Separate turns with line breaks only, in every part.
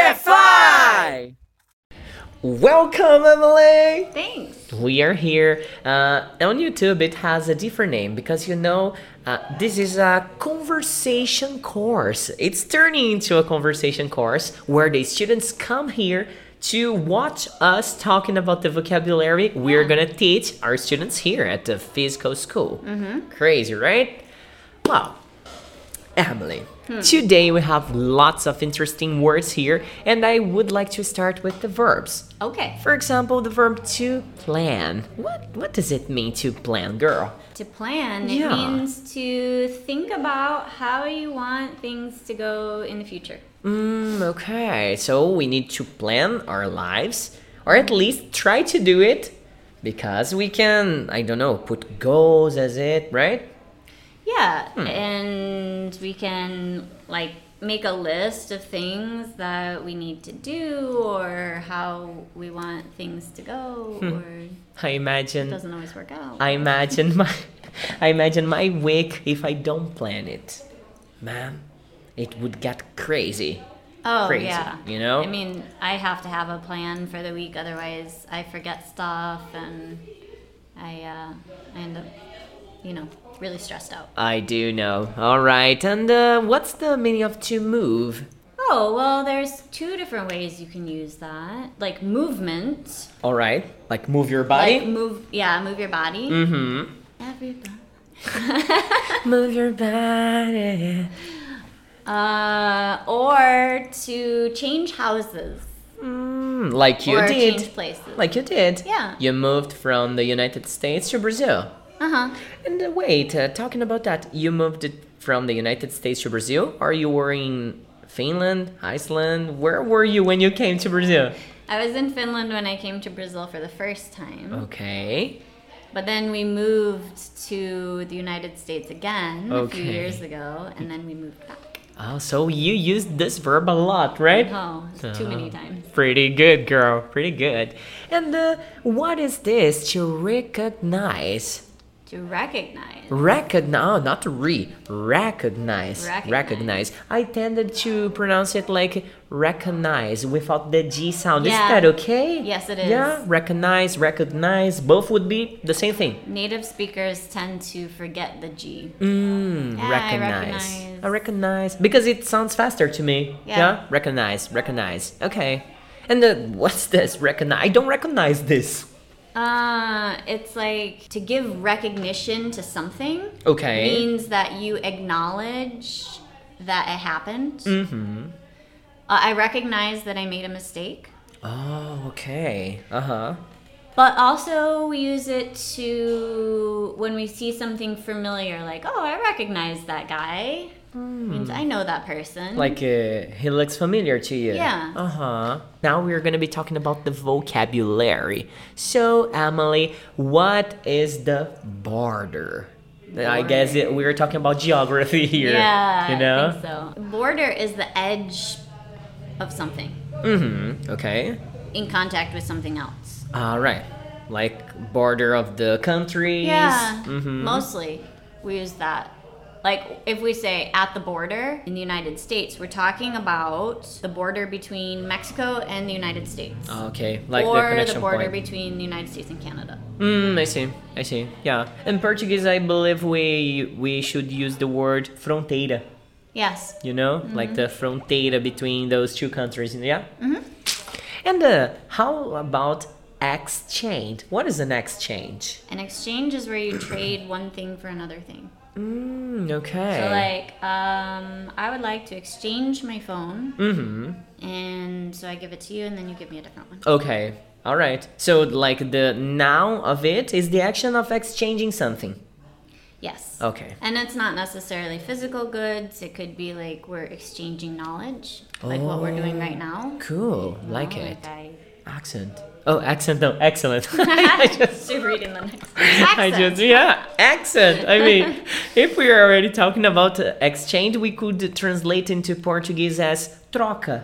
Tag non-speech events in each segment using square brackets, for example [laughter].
VPFI! Welcome, Emily!
Thanks.
We are here. Uh, on YouTube, it has a different name because you know uh, this is a conversation course. It's turning into a conversation course where the students come here to watch us talking about the vocabulary we're gonna teach our students here at the physical school. Crazy, right? Wow. Emily, today we have lots of interesting words here, and I would like to start with the verbs.
Okay.
For example, the verb to plan. What what does it mean to plan, girl?
To plan,
Yeah.
it means to think about how you want things to go in the future.
Mm, okay, so we need to plan our lives, or at least try to do it, because we can, I don't know, put goals as it, right?
Yeah.
Hmm.
And we can like make a list of things that we need to do or how we want things to go
Hmm.
or it
I imagine,
doesn't always work out.
I imagine my, [laughs] I imagine my week if I don't plan it, man, it would get crazy.
oh
crazy,
yeah.
you know?
I mean, I have to have a plan for the week otherwise I forget stuff and I uh I end up you know, really stressed out.
I do know. All right, and uh, what's the meaning of to move?
Oh, well, there's two different ways you can use that. Like movement.
All right, like move your body.
Like move, yeah, move your body.
Mm-hmm.
Everybody. [laughs]
Move your body.
Uh, or to change houses
Mm, like you
or
did.
change places.
Like you did.
Yeah.
You moved from the United States to Brazil.
uh huh.
And uh, wait, uh, talking about that, you moved it from the United States to Brazil, or you were in Finland, Iceland? Where were you when you came to Brazil?
I was in Finland when I came to Brazil for the first time,
Oh. Okay.
but then we moved to the United States again a few
Okay.
years ago, and then we moved back.
Oh, so you used this verb a lot, right?
Oh, too many times.
Uh, Pretty good, girl. Pretty good. And uh, what is this to recognize?
To recognize.
Recognize, oh, not re, recognize,
Recognize.
I tended to pronounce it like recognize without the G sound.
Yeah.
Is that okay?
Yes, it
Yeah,
is.
recognize, recognize. Both would be the same thing.
Native speakers tend to forget the G.
Mm,
Yeah, I
recognize.
recognize.
I recognize because it sounds faster to me.
Yeah.
recognize, recognize. Okay. And uh, what's this? Recognize? I don't recognize this.
Uh, it's like to give recognition to something
Okay.
means that you acknowledge that it happened. Mm-hmm. Uh, I recognize that I made a mistake,
Oh, okay. Uh huh.
Hmm. but also we use it to when we see something familiar, like oh, I recognize that guy. Means I know that person.
Hmm. Like uh, he looks familiar to you.
Yeah.
Uh huh. Now we're gonna be talking about the vocabulary. So Emily, what is the border? I guess it, we were talking about geography [laughs] here.
yeah,
You know.
I think so. Border is the edge of something
Mm-hmm. Okay.
in contact with something else.
All right. Like border of the countries.
Yeah,
Mm-hmm.
mostly we use that. Like if we say at the border in the United States, we're talking about the border between Mexico and the United States,
Okay. Oh, Like the
or the,
connection
border
point.
between the United States and Canada.
Mm, I see. I see. Yeah. In Portuguese, I believe we we should use the word fronteira.
Yes.
You know,
Mm-hmm.
like the fronteira between those two countries. Yeah. Mm-hmm. And uh, how about exchange? What is an exchange?
An exchange is where you trade one thing for another thing.
Mm, okay.
So like, um, I would like to exchange my phone,
mm-hmm.
and so I give it to you, and then you give me a different one.
Okay. All right. So like the noun of it is the action of exchanging something.
Yes.
Okay.
And it's not necessarily physical goods. It could be like we're exchanging knowledge, like what we're doing right now.
Cool. Like
Oh,
it.
I- [laughs]
Accent. Oh, accent. No, excellent. [laughs] I just.
You're reading the next.
[laughs] I
Accent.
just yeah accent. I [laughs] mean, if we are already talking about uh, exchange, we could translate into Portuguese as troca,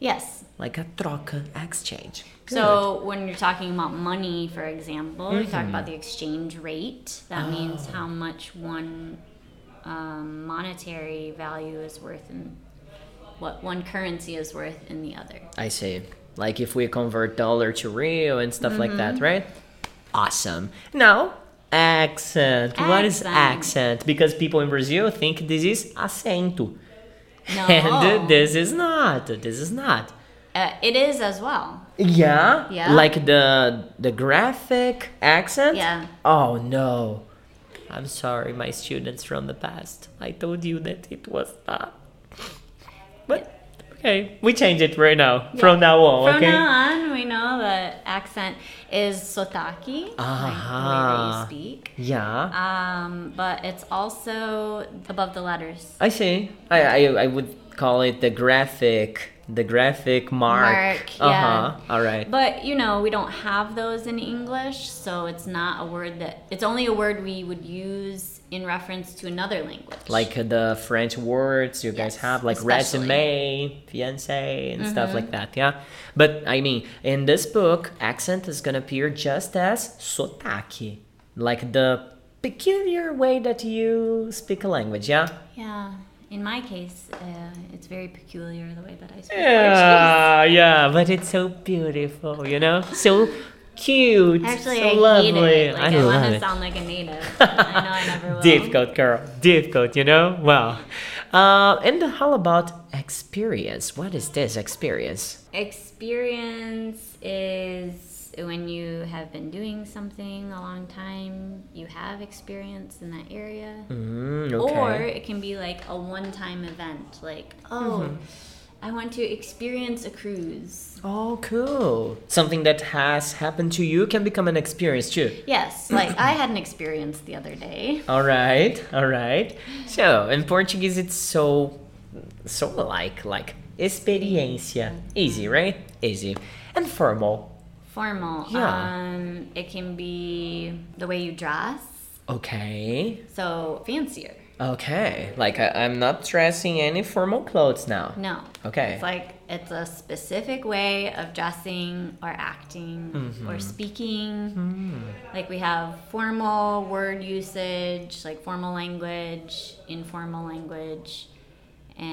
Yes.
like a troca exchange.
So when you're talking about money, for example, we talk
Mm-hmm.
about the exchange rate. That means
Oh.
how much one um, monetary value is worth in what one currency is worth in the other.
I see. Like if we convert dollar to real and stuff like that, right? Awesome. Now, accent. What is
Accent.
accent? Because people in Brazil think this is acento.
No,
[laughs] And this is not. This is not.
uh, it is as well.
Yeah?
Yeah.
Like the the graphic accent?
Yeah.
Oh no. I'm sorry, my students from the past. I told you that it was not. But okay, we change it right now. From now on,
From
Oh, okay?
now on, we know that accent is sotaki,
Ah.
like the way they speak.
Yeah.
Um, but it's also above the letters.
I see. I, I I would call it the graphic, the graphic mark.
Mark, yeah.
Uh-huh. All right.
But you know, we don't have those in English, so it's not a word that it's only a word we would use in reference to another language.
Like the French words you guys
Yes,
have, like
especially.
resume, fiance, and stuff like that. Yeah. But I mean, in this book, accent is gonna appear just as sotaque, like the peculiar way that you speak a language. Yeah.
yeah, in my case, uh, it's very peculiar the way that I speak.
Yeah. Yeah. But it's so beautiful, you know. So. Cute,
Actually,
so
I
lovely.
hate it. Like, I,
love
want to
it.
sound like a native. I know I
[laughs]
never will.
difficult girl difficult you know wow uh, and how about experience what is this experience
Experience is when you have been doing something a long time, you have experience in that area.
mm,
Or
okay Mm-hmm.
it can be like a one time event, like, oh, I want to experience a cruise.
oh cool something that has happened to you can become an experience too
Yes, like I had an experience the other day.
all right all right so in portuguese it's so so alike like experiência easy right easy and formal
Formal.
Yeah.
Um, it can be the way you dress,
okay
so fancier.
okay like I, i'm not dressing any formal clothes now
No.
Okay.
It's like it's a specific way of dressing or acting
Mm-hmm.
or speaking.
Hmm.
Like we have formal word usage, like formal language, informal language,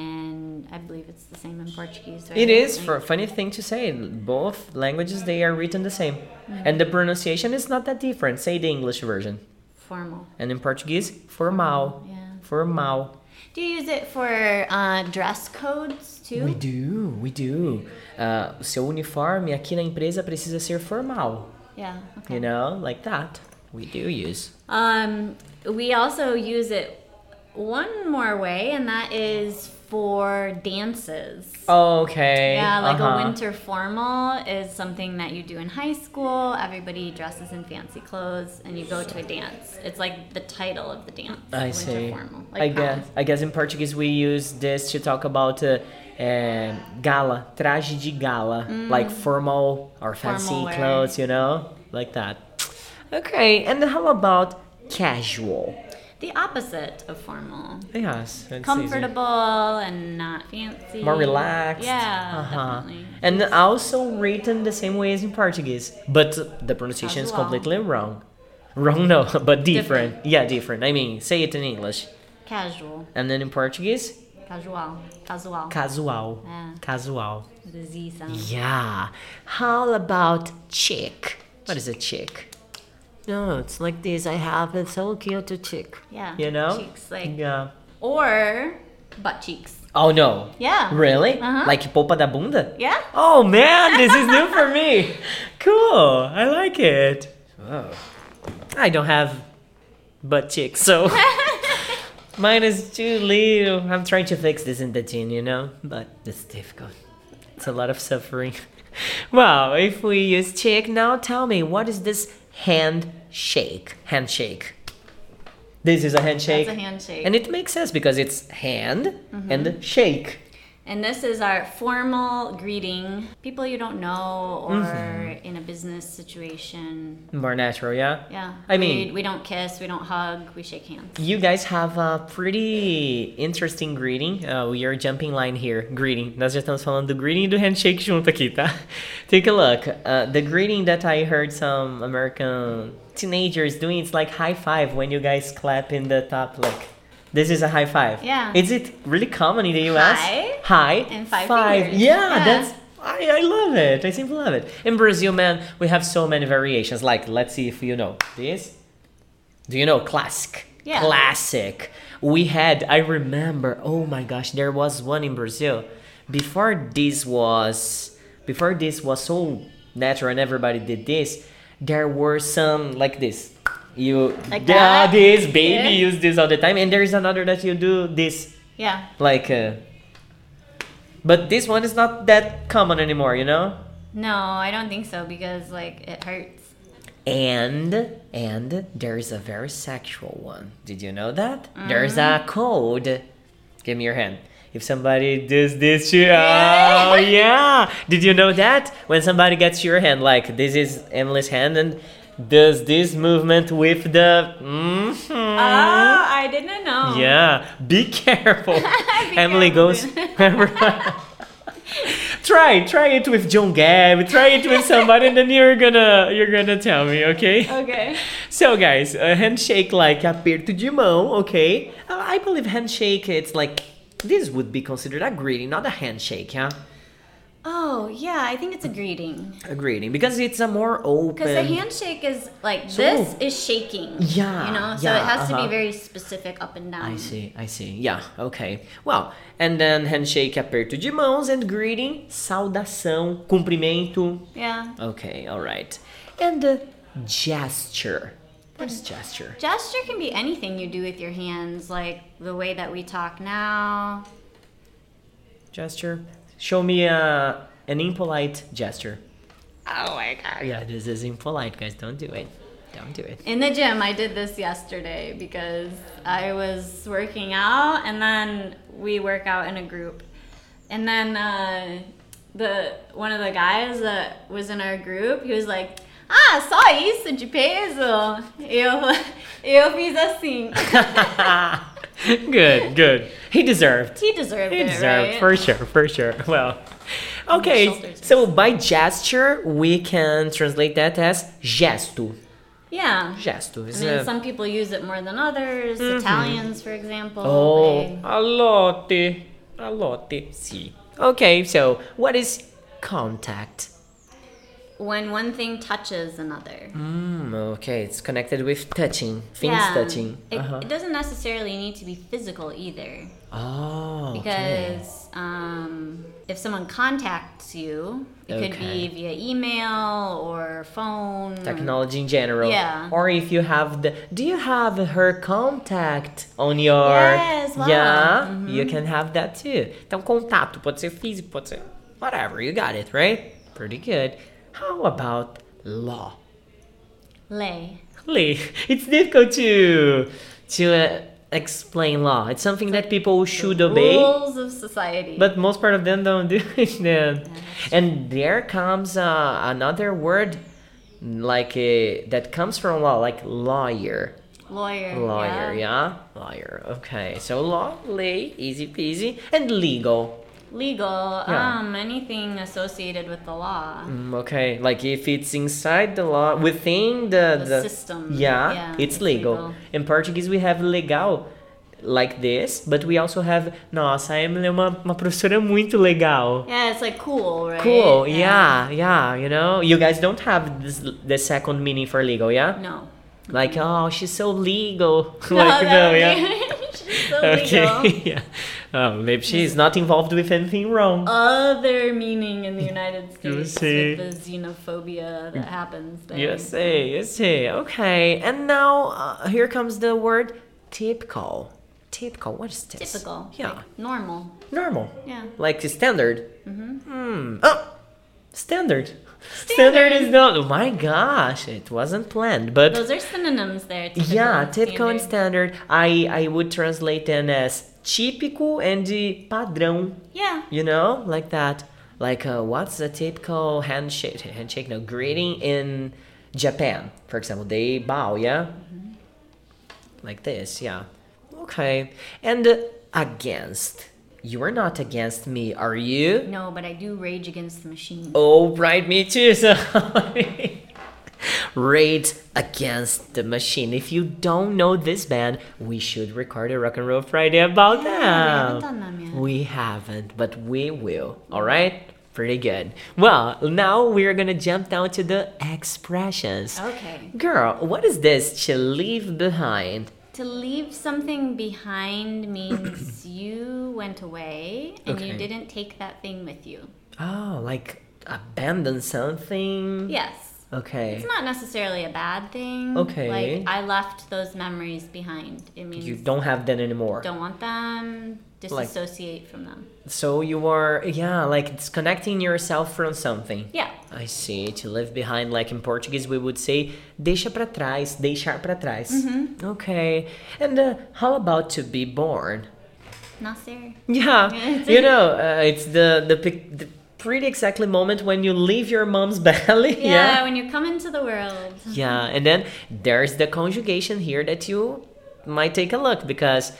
and I believe it's the same in Portuguese. Right?
It is
Like,
for funny thing to say. Both languages they are written the same,
Mm-hmm.
and the pronunciation is not that different. Say the English version,
formal.
and in Portuguese, formal,
Yeah.
formal.
Do you use it for uh, dress codes too?
We do, we do. Uh, o seu uniforme aqui na empresa precisa ser formal.
Yeah. Okay.
You know, like that. We do use.
Um, we also use it one more way, and that is for dances.
Okay.
Yeah, like
uh-huh.
a winter formal is something that you do in high school. Everybody dresses in fancy clothes, and you go to a dance. It's like the title of the dance.
I
winter
see.
Formal.
I
Like
guess.
prom.
I guess in Portuguese we use this to talk about uh, eh, gala, traje de gala, like formal or fancy
Mm. Formal wear.
clothes, you know, like that. Okay, and how about casual?
The opposite of formal.
Yes, it's
Comfortable and not fancy.
easy. more relaxed.
Yeah,
uh-huh.
definitely.
And also written the same way as in Portuguese, but the pronunciation is
As well.
completely wrong. Wrong, no, [laughs] but different.
Different.
Yeah, different. I mean, say it in English,
Casual.
and then in Portuguese,
Casual. Casual.
casual,
Yeah.
casual.
the Z sound.
Yeah. How about chick? What is a chick? No, it's like this. I have a so cute chick.
Yeah.
You know?
Cheeks, like
Yeah.
or butt cheeks.
Oh no.
Yeah.
Really?
Uh-huh.
Like polpa da bunda?
Yeah. [laughs]
Oh man, this is new for [laughs] me. Cool. I like it. Whoa. I don't have butt cheeks,
[laughs]
so mine is too little. I'm trying to fix this in the gene, you know, but it's difficult. It's a lot of suffering. [laughs] wow, if we use cheek now, tell me what is this handshake? Handshake. This is a handshake.
That's a Mm-hmm. handshake.
And it makes sense because it's hand and shake.
And this is our formal greeting. People you don't know or
Mm-hmm.
in a business situation.
More natural, yeah?
Yeah.
I mean-
we, we don't kiss, we don't hug, we shake hands.
You guys have a pretty interesting greeting. Uh, we are jumping line here. Greeting. Nós já estamos falando do greeting e do handshake junto aqui, tá? [laughs] Take a look. Uh, the greeting that I heard some American teenagers doing, it's like high five when you guys clap in the top. Like, this is a high five.
Yeah.
Is it really common in the US?
Hi.
Hi.
And five fingers.
Yeah,
Yeah.
that's. I, I love it. I simply love it. In Brazil, man, we have so many variations. Like, let's see if you know this. Do you know classic?
Yeah.
Classic. We had, I remember, oh my gosh, there was one in Brazil. Before this was before this was so natural and everybody did this, there were some like this. You
Like
yeah,
that?
this baby
Yeah.
use this all the time, and there is another that you do this
Yeah.
like uh, but this one is not that common anymore, you know?
No, I don't think so because like it hurts.
And and there is a very sexual one. Did you know that?
Mm.
There's a code. Give me your hand. If somebody does this to
Yeah.
oh yeah. Did you know that? When somebody gets your hand, like this is Emily's hand and does this movement with the mhm.
Ah, I didn't know.
Yeah, be
[laughs]
careful. Emily
careful.
goes. [laughs] try, try it with John Gab. Try it with somebody, and then you're gonna you're gonna tell me, okay?
Okay.
So guys, a handshake like aperto de mão, okay? Uh, I believe handshake. It's like this would be considered a greeting, not a handshake, huh?
Oh yeah, I think it's a greeting
A greeting because it's a more open.
because the handshake is like this is shaking.
Yeah,
You know, so
yeah,
it has to
uh-huh.
be very specific up and down.
I see, I see. Yeah, okay. Well, and then handshake, aperto de mãos, and greeting, saudação, cumprimento.
Yeah.
Okay, all right. And uh, gesture. What is gesture?
Gesture can be anything you do with your hands, like the way that we talk now.
Gesture. Show me uh, an impolite gesture.
Oh my god.
Yeah, this is impolite, guys. Don't do it. Don't do
[laughs]
it. [laughs]
In the gym, I did this yesterday because I was working out, and then we work out in a group. And then uh, the one of the guys that was in our group, he was like, "Ah, só isso de peso." [laughs] Eu, eu fiz assim.
good, good. He deserved.
he
[laughs]
deserved
He
it,
deserved,
right?
for sure, for sure. [laughs] Well, okay.
shoulders.
So by gesture, we can translate that as gesto.
yeah.
Gesto is
I mean,
a-
some people use it more than others. Italians, for example.
Oh,
they-
a lotte. A lotte. See. Okay, so what is contact?
when one thing touches another.
Mm, okay, it's connected with touching. Things touching.
It,
Uh-huh.
it doesn't necessarily need to be physical either.
Oh, okay.
Because um, if someone contacts you, it could
Okay.
be via email or phone.
Technology in general.
Mm. Yeah.
Or if you have the. Do you have her contact on your.
Yes, Mm-hmm. wow.
Yeah, you can have that too. Então, contato pode ser físico, pode ser. Whatever, you got it, right? Pretty good. How about law?
Lay.
Really, [laughs] it's difficult to to uh, explain law. It's something that people should obey,
Rules of society.
but most part of them don't do [laughs] it. Then, and there comes uh, another word like uh, that comes from law, like lawyer,
lawyer.
lawyer, yeah, lawyer. Okay, so law, lay, easy peasy, and legal.
Legal.
Yeah.
Um, anything associated with the law.
Mm, Okay, like if it's inside the law, within the,
The system,
Yeah,
yeah,
it's,
it's
legal.
legal.
In Portuguese, we have legal like this, but we also have. Nossa, a Emily é uma, uma professora muito legal.
Yeah, it's like cool, right?
Cool, yeah. yeah, you know? You guys don't have this, the second meaning for legal, yeah?
No.
Like, oh, she's so
[laughs]
legal. [laughs] like,
that
no,
would
yeah.
be- She's [laughs] so
[laughs]
legal.
Okay, yeah. Oh, maybe she's not involved with anything wrong.
Other meaning in the United
[laughs] You
States
see.
with the xenophobia that happens there.
Yes, eh, yes, eh. Okay, and now uh, here comes the word typical. Typical, what is this?
Typical.
Yeah,
like normal.
normal.
Yeah.
Like the standard. Mm-hmm. Oh, standard. standard.
Standard.
is not. Oh my gosh, it wasn't planned, but
Those are synonyms there. Typical
yeah,
and
typical and
standard.
standard. I I would translate them as típico and eh, padrão.
Yeah.
You know, like that. Like, uh, what's a typical handshake, handshake, no, greeting in Japan? For example, they bow, yeah? Like this, yeah. Okay. And uh, against. You are not against me, are you?
No, but I do rage against the machine.
Oh, right, me too. So, [laughs] Rage Against the Machine. If you don't know this band, we should record a Rock and Roll Friday about them.
haven't done them yet.
We haven't, but we will. All right? Pretty good. Well, now we're gonna jump down to the expressions.
Okay.
Girl, what is this? She leave behind.
To leave something behind
[coughs]
means you went away and you
Okay.
didn't take that thing with you.
Oh, like abandon something.
Yes.
Mm. Okay.
It's not necessarily a bad thing.
Okay.
Like I left those memories behind. It means
You
you
don't have that anymore.
don't want them. Disassociate from them.
So you are, yeah, like disconnecting yourself from something.
Yeah.
I see. To leave behind, like in Portuguese, we would say deixa pra trás, deixar pra trás.
Mm-hmm.
Okay. And uh, how about to be born?
Nasir. [laughs]
Yeah, you know, uh, it's the the, pic- the pretty exactly moment when you leave your mom's belly. [laughs]
Yeah, When you come into the world.
Yeah, and then there's the conjugation here that you might take a look because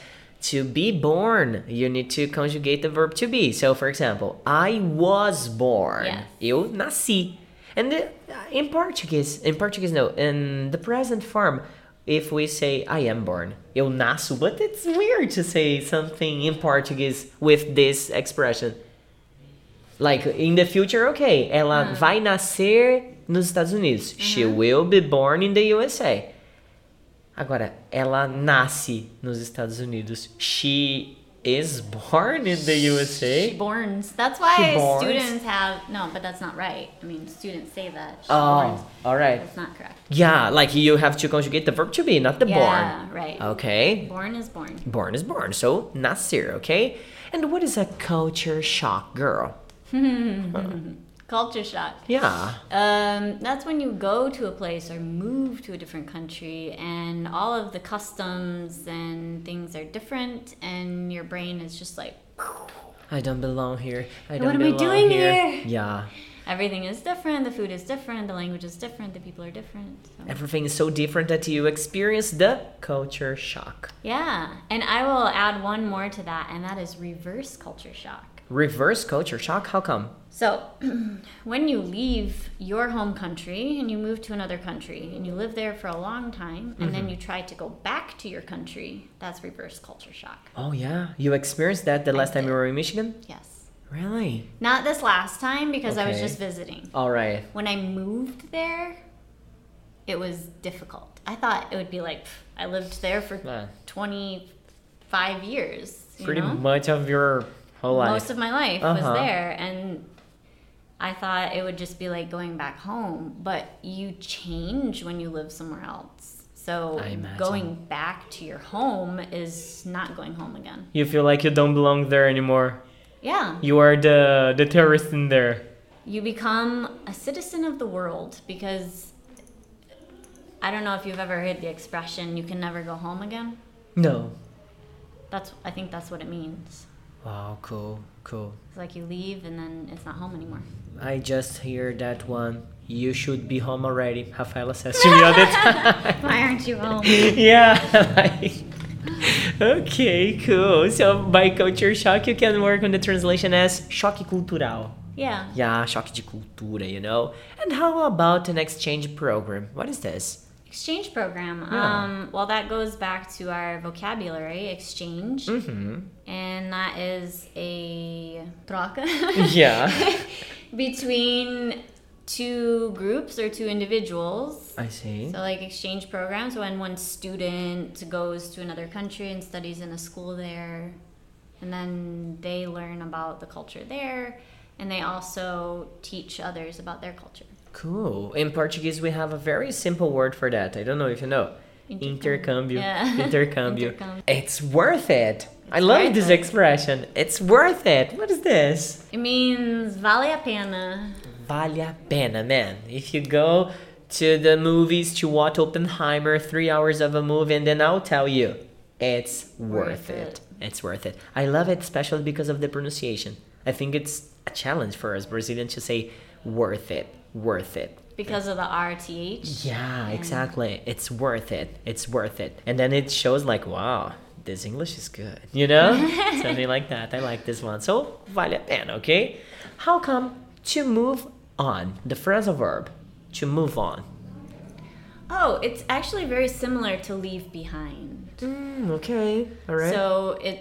to be born, you need to conjugate the verb to be. So, for example, I was born.
Yes.
Eu nasci. And the, uh, in Portuguese, in Portuguese, no, in the present form, if we say I am born, eu nasço, but it's weird to say something in Portuguese with this expression. Like in the future, okay, ela
Ah.
vai nascer nos Estados Unidos. She will be born in the USA. Agora, ela nasce nos Estados Unidos. She is born in the USA.
She borns. That's why
She borns.
students have no, but that's not right. I mean, students say that. She borns.
oh, all right.
That's not correct.
Yeah, like you have to conjugate the verb to be, not the
Yeah. Right.
born. Okay.
Born is born.
Born is born, so nascer, okay? And what is a culture shock, girl?
Culture shock.
Yeah.
Um, that's when you go to a place or move to a different country, and all of the customs and things are different, and your brain is just like
I don't belong here. I don't
What am I
belong
doing here?
Yeah.
everything is different. The food is different. The language is different. The people are different. So.
Everything is so different that you experience the culture shock.
Yeah, and I will add one more to that, and that is reverse culture shock.
Reverse culture shock? How come?
So, [clears throat] when you leave your home country and you move to another country and you live there for a long time and then you try to go back to your country, that's reverse culture shock.
Oh, yeah. You experienced that the last time you were in Michigan?
Yes.
Really?
Not this last time because I was
Okay.
just visiting.
All right.
When I moved there, it was difficult. I thought it would be like pff, I lived there for
Yeah.
25 years. You
Pretty
know?
much of your whole life.
most of my life
Uh-huh.
was there and i thought it would just be like going back home but you change when you live somewhere else so
I imagine.
going back to your home is not going home again
you feel like you don't belong there anymore.
yeah
You are the the terrorist in there.
you become a citizen of the world because i don't know if you've ever heard the expression you can never go home again
No.
that's i think that's what it means
Wow, cool, cool.
it's like you leave and then it's not home anymore
I just hear that one. You should be home already. Rafaela says to me all
[laughs]
the time.
why aren't you home
[laughs] yeah. like- okay, cool. So by culture shock, you can work on the translation as choque cultural.
yeah
Yeah, choque de cultura, you know. And how about an exchange program? What is this?
exchange program
Yeah.
um, well that goes back to our vocabulary exchange
Mm-hmm.
and that is a troca
[laughs] Yeah.
[laughs] between two groups or two individuals
I see.
so like exchange programs when one student goes to another country and studies in a school there and then they learn about the culture there and they also teach others about their culture
Cool. In Portuguese, we have a very simple word for that. I don't know if you know. Intercâmbio.
Yeah. [laughs]
Intercâmbio.
Intercâmbio.
It's worth it. I love
worth
this
it.
expression. It's worth it. What is this?
it means vale a pena
Vale a pena, man. If you go to the movies to watch Oppenheimer, three hours of a movie, and then I'll tell you, it's worth,
Worth
it.
it.
It's worth it. I love it, especially because of the pronunciation. I think it's a challenge for us Brazilians to say worth it, worth it.
because of the rth
Mm. Yeah, exactly. It's worth it. It's worth it. And then it shows like, wow, this English is good. You [laughs] know? Something like that. I like this one. So, vale a pena, okay? How come to move on? The phrasal verb, to move on.
Oh, it's actually very similar to leave behind.
Mm, okay. All right.
So it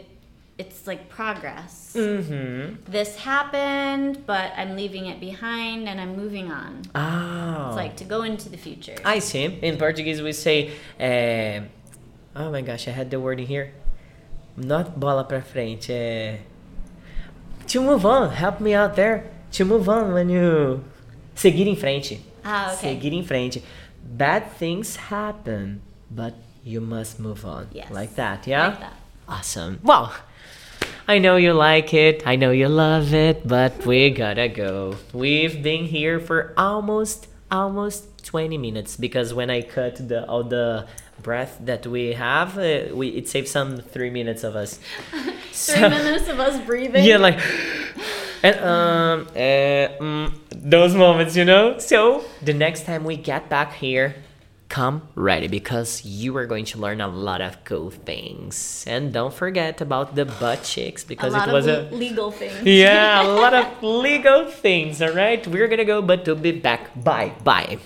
it's like progress.
mm-hmm.
This happened, but I'm leaving it behind and I'm moving on.
Ah.
It's like to go into the future.
I see. In Portuguese, we say. eh, oh my gosh, I had the word in here. Not bola pra frente. eh, to move on. Help me out there. To move on when you. Seguir em frente.
Ah, okay.
Seguir em frente. Bad things happen, but you must move on.
Yes.
Like that, yeah?
Like that.
Awesome. Well, I know you like it. I know you love it, but we gotta go. We've been here for almost almost 20 minutes because when I cut the all the breath that we have, uh, we it saves some 3 minutes of us.
[laughs] Three
So-
minutes of us
[laughs]
breathing.
yeah, like and um eh, mm, those moments, you know. So the next time we get back here, come ready because you are going to learn a lot of cool things. And don't forget about the butt cheeks
a
because
lot
it was
of
a
le- legal things. [laughs]
yeah, a lot of legal things. All right, we're gonna go, but we'll be back. Bye, bye.